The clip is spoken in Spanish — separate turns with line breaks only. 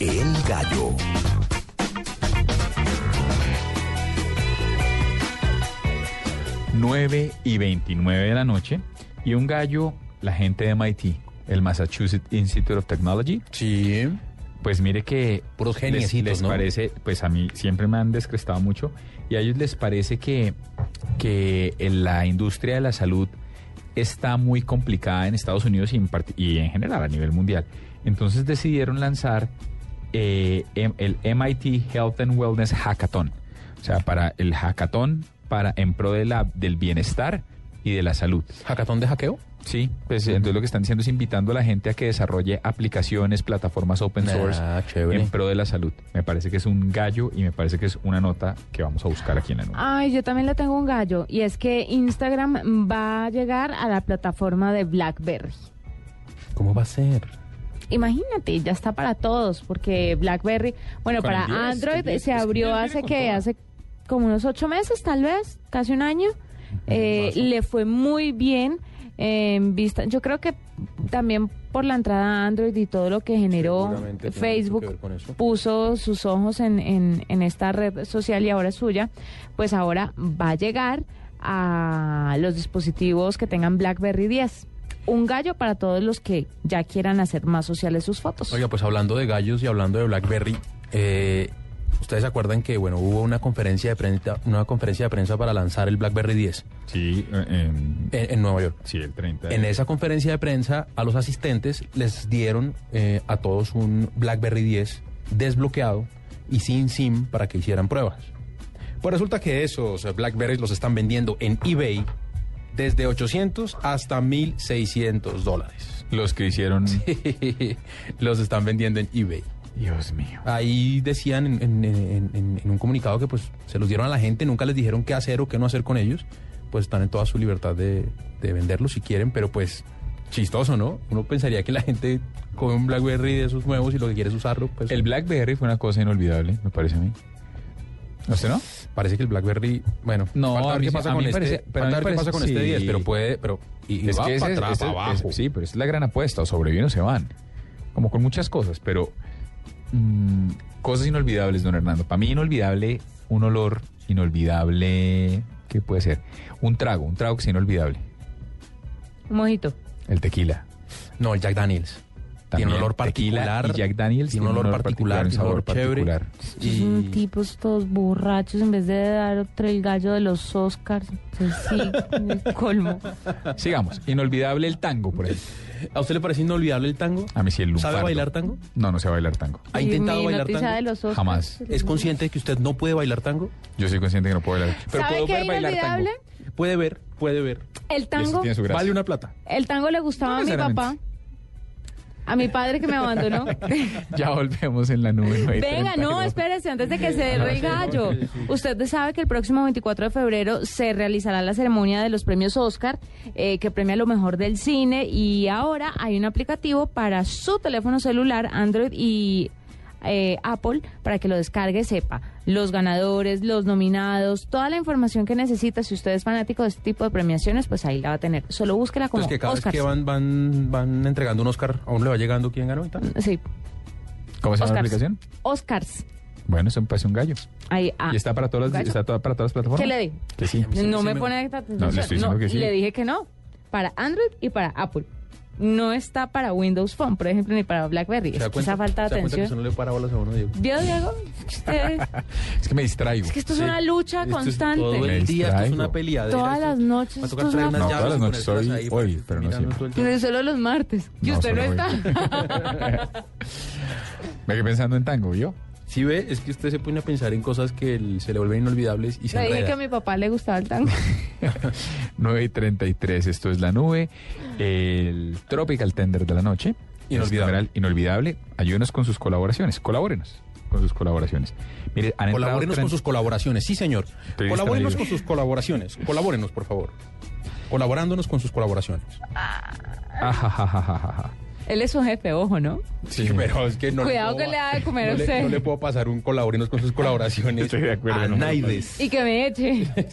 El Gallo.
Nueve y 29 de la noche y un gallo, la gente de MIT, el Massachusetts Institute of Technology.
Sí.
Pues mire que
Puros
les-
geniecitos,
les
¿no?
parece, pues a mí siempre me han descrestado mucho y a ellos les parece que, que en la industria de la salud está muy complicada en Estados Unidos y en, parti- y en general a nivel mundial. Entonces decidieron lanzar eh, em- el MIT Health and Wellness Hackathon. O sea, para el hackathon para en pro de la, del bienestar y de la salud.
¿Hackathon de hackeo?
Sí, pues entonces lo que están diciendo es invitando a la gente a que desarrolle aplicaciones, plataformas open
Ah,
source
chévere.
en pro de la salud. Me parece que es un gallo y me parece que es una nota que vamos a buscar aquí en la nube.
Ay, yo también le tengo un gallo. Y es que Instagram va a llegar a la plataforma de BlackBerry.
¿Cómo va a ser?
Imagínate, ya está para todos, porque BlackBerry, bueno,
Con el
para
10, el 10,
Android se
es que
abrió
ya viene
hace
con
que
todo.
hace como unos ocho meses, tal vez, casi un año. Eh, le fue muy bien en vista. Yo creo que también por la entrada a Android y todo lo que generó
Seguramente tiene mucho que ver
Facebook
con eso.
puso sus ojos en, en- en esta red social y ahora es suya, pues ahora va a llegar a los dispositivos que tengan BlackBerry 10. Un gallo para todos los que ya quieran hacer más sociales sus fotos.
Oiga, pues hablando de gallos y hablando de BlackBerry, eh, ustedes se acuerdan que bueno hubo una conferencia de prensa, una conferencia de prensa para lanzar el BlackBerry 10
Sí, eh, en-
en, en Nueva York.
sí, el 30. de-
En esa conferencia de prensa a los asistentes les dieron eh, a todos un BlackBerry 10 desbloqueado y sin SIM para que hicieran pruebas. Pues resulta que esos BlackBerries los están vendiendo en eBay desde 800 hasta 1600 dólares.
los que hicieron...
los están vendiendo en eBay.
Dios mío.
Ahí decían en, en- en- en- en un comunicado que pues se los dieron a la gente, nunca les dijeron qué hacer o qué no hacer con ellos, pues están en toda su libertad de, de venderlos si quieren, pero pues chistoso, ¿no? Uno pensaría que la gente come un BlackBerry de esos nuevos y lo que quiere es usarlo, pues
El BlackBerry fue una cosa inolvidable, me parece a mí. ¿No sé, no?
parece que el BlackBerry, bueno,
No,
falta
a
ver
mí
qué
sí- a
pasa
mí
con
me
este,
parece- pero
falta
a
ver
mí me
qué
parece-
pasa con este
sí.
10, pero puede, pero y, y
Es
va
que ese
para
es-
atrás,
ese-
para abajo.
ese- sí, pero es la gran apuesta, o sobreviven o se van. Como con muchas cosas, pero mm, cosas inolvidables, don Hernando. Para mí inolvidable, un olor inolvidable, ¿qué puede ser? Un trago, un trago que es inolvidable.
Un mojito.
El tequila.
No, el Jack Daniels.
También.
tiene un olor
Tequila
particular.
y Jack Daniels
tiene un olor particular,
un
tiene un
sabor
olor chévere.
particular.
Y-
Son tipos todos borrachos en vez de dar otro el gallo de los Oscars. Entonces, sí, el colmo.
Sigamos. Inolvidable el tango, por ahí.
¿A usted le parece inolvidable el tango?
A mí sí el lunfardo.
¿Sabe bailar tango?
No, no sé bailar tango.
¿Ha
Y
intentado
mi
bailar
noticia
tango?
de los Oscars.
Jamás.
¿Es consciente de que usted no puede bailar tango?
Yo soy consciente que no puedo bailar. Pero
¿Sabe
puedo
qué
ver bailar tango.
inolvidable?
Puede ver, puede ver.
El
Y eso
tango.
tiene su gracia.
Vale una plata.
El tango le gustaba
No
a mi
necesariamente.
papá. A mi padre que me abandonó.
Ya volvemos en la nube. nueve y
Venga, no,
32.
espérese, antes de que se derre el gallo. Usted sabe que el próximo 24 de febrero se realizará la ceremonia de los premios Oscar, eh, que premia lo mejor del cine, y ahora hay un aplicativo para su teléfono celular, Android y eh, Apple, para que lo descargue, sepa los ganadores, los nominados, toda la información que necesita. Si usted es fanático de este tipo de premiaciones, pues ahí la va a tener. Solo búsquela como
Entonces Pues que cada
Oscar.
vez que van, van, van entregando un Oscar, aún le va llegando quién ganó y tal.
Sí,
¿Cómo se llama la
Oscars.
aplicación?
Oscars.
Bueno, eso me parece un gallo.
Ahí, ah.
¿Y está para todas las,
gallo.
está toda- para todas las plataformas?
¿Qué le di?
Que sí.
Sí,
No
sí
me
me-
pone esta
No, le estoy diciendo que sí.
le dije que no. Para Android y para Apple. No está para Windows Phone, por ejemplo, ni para BlackBerry. Es que esa falta
¿Se da cuenta que
de atención.
usted no le para bolas a uno, Diego?
Dios, Diego, usted-
Es que me distraigo.
es que esto es
Sí.
una lucha
Esto es Todo
constante.
Me
el día, esto es
distraigo.
una peleadera.
Todas
esto-
las noches,
Va a
esto
tocar
es
traer
una-
unas
No,
llaves
todas
y
las noches,
ponérselas
hoy-
ahí para
hoy,
que esté
pero no
mirando
siempre.
todo el tiempo.
Solo los martes. Y
No,
usted no
solo hoy.
está.
Me quedé pensando en tango, ¿yo?
Si ve, es que usted se pone a pensar en cosas que el- se le vuelven inolvidables y se
Le dije que a
enreda.
mi papá le gustaba el tango.
9 y 33, esto es La Nube, el Tropical Tender de la noche.
Inolvidable.
En general, inolvidable. Ayúdenos con sus colaboraciones, colabórenos con sus colaboraciones. Mire, han entrado
Colabórenos con
tren-
sus colaboraciones, sí señor.
Te
Colabórenos
distraigo.
con sus colaboraciones, colabórenos por favor. Colaborándonos con sus colaboraciones.
Ah, Ajajajajaja.
Él es su jefe, ojo, ¿no?
Sí, pero es que no.
Cuidado
puedo-
que le da de comer a
no le-
usted.
no le puedo pasar un colaborenos con sus colaboraciones
Estoy de acuerdo,
a
no.
Naides.
Y que me eche.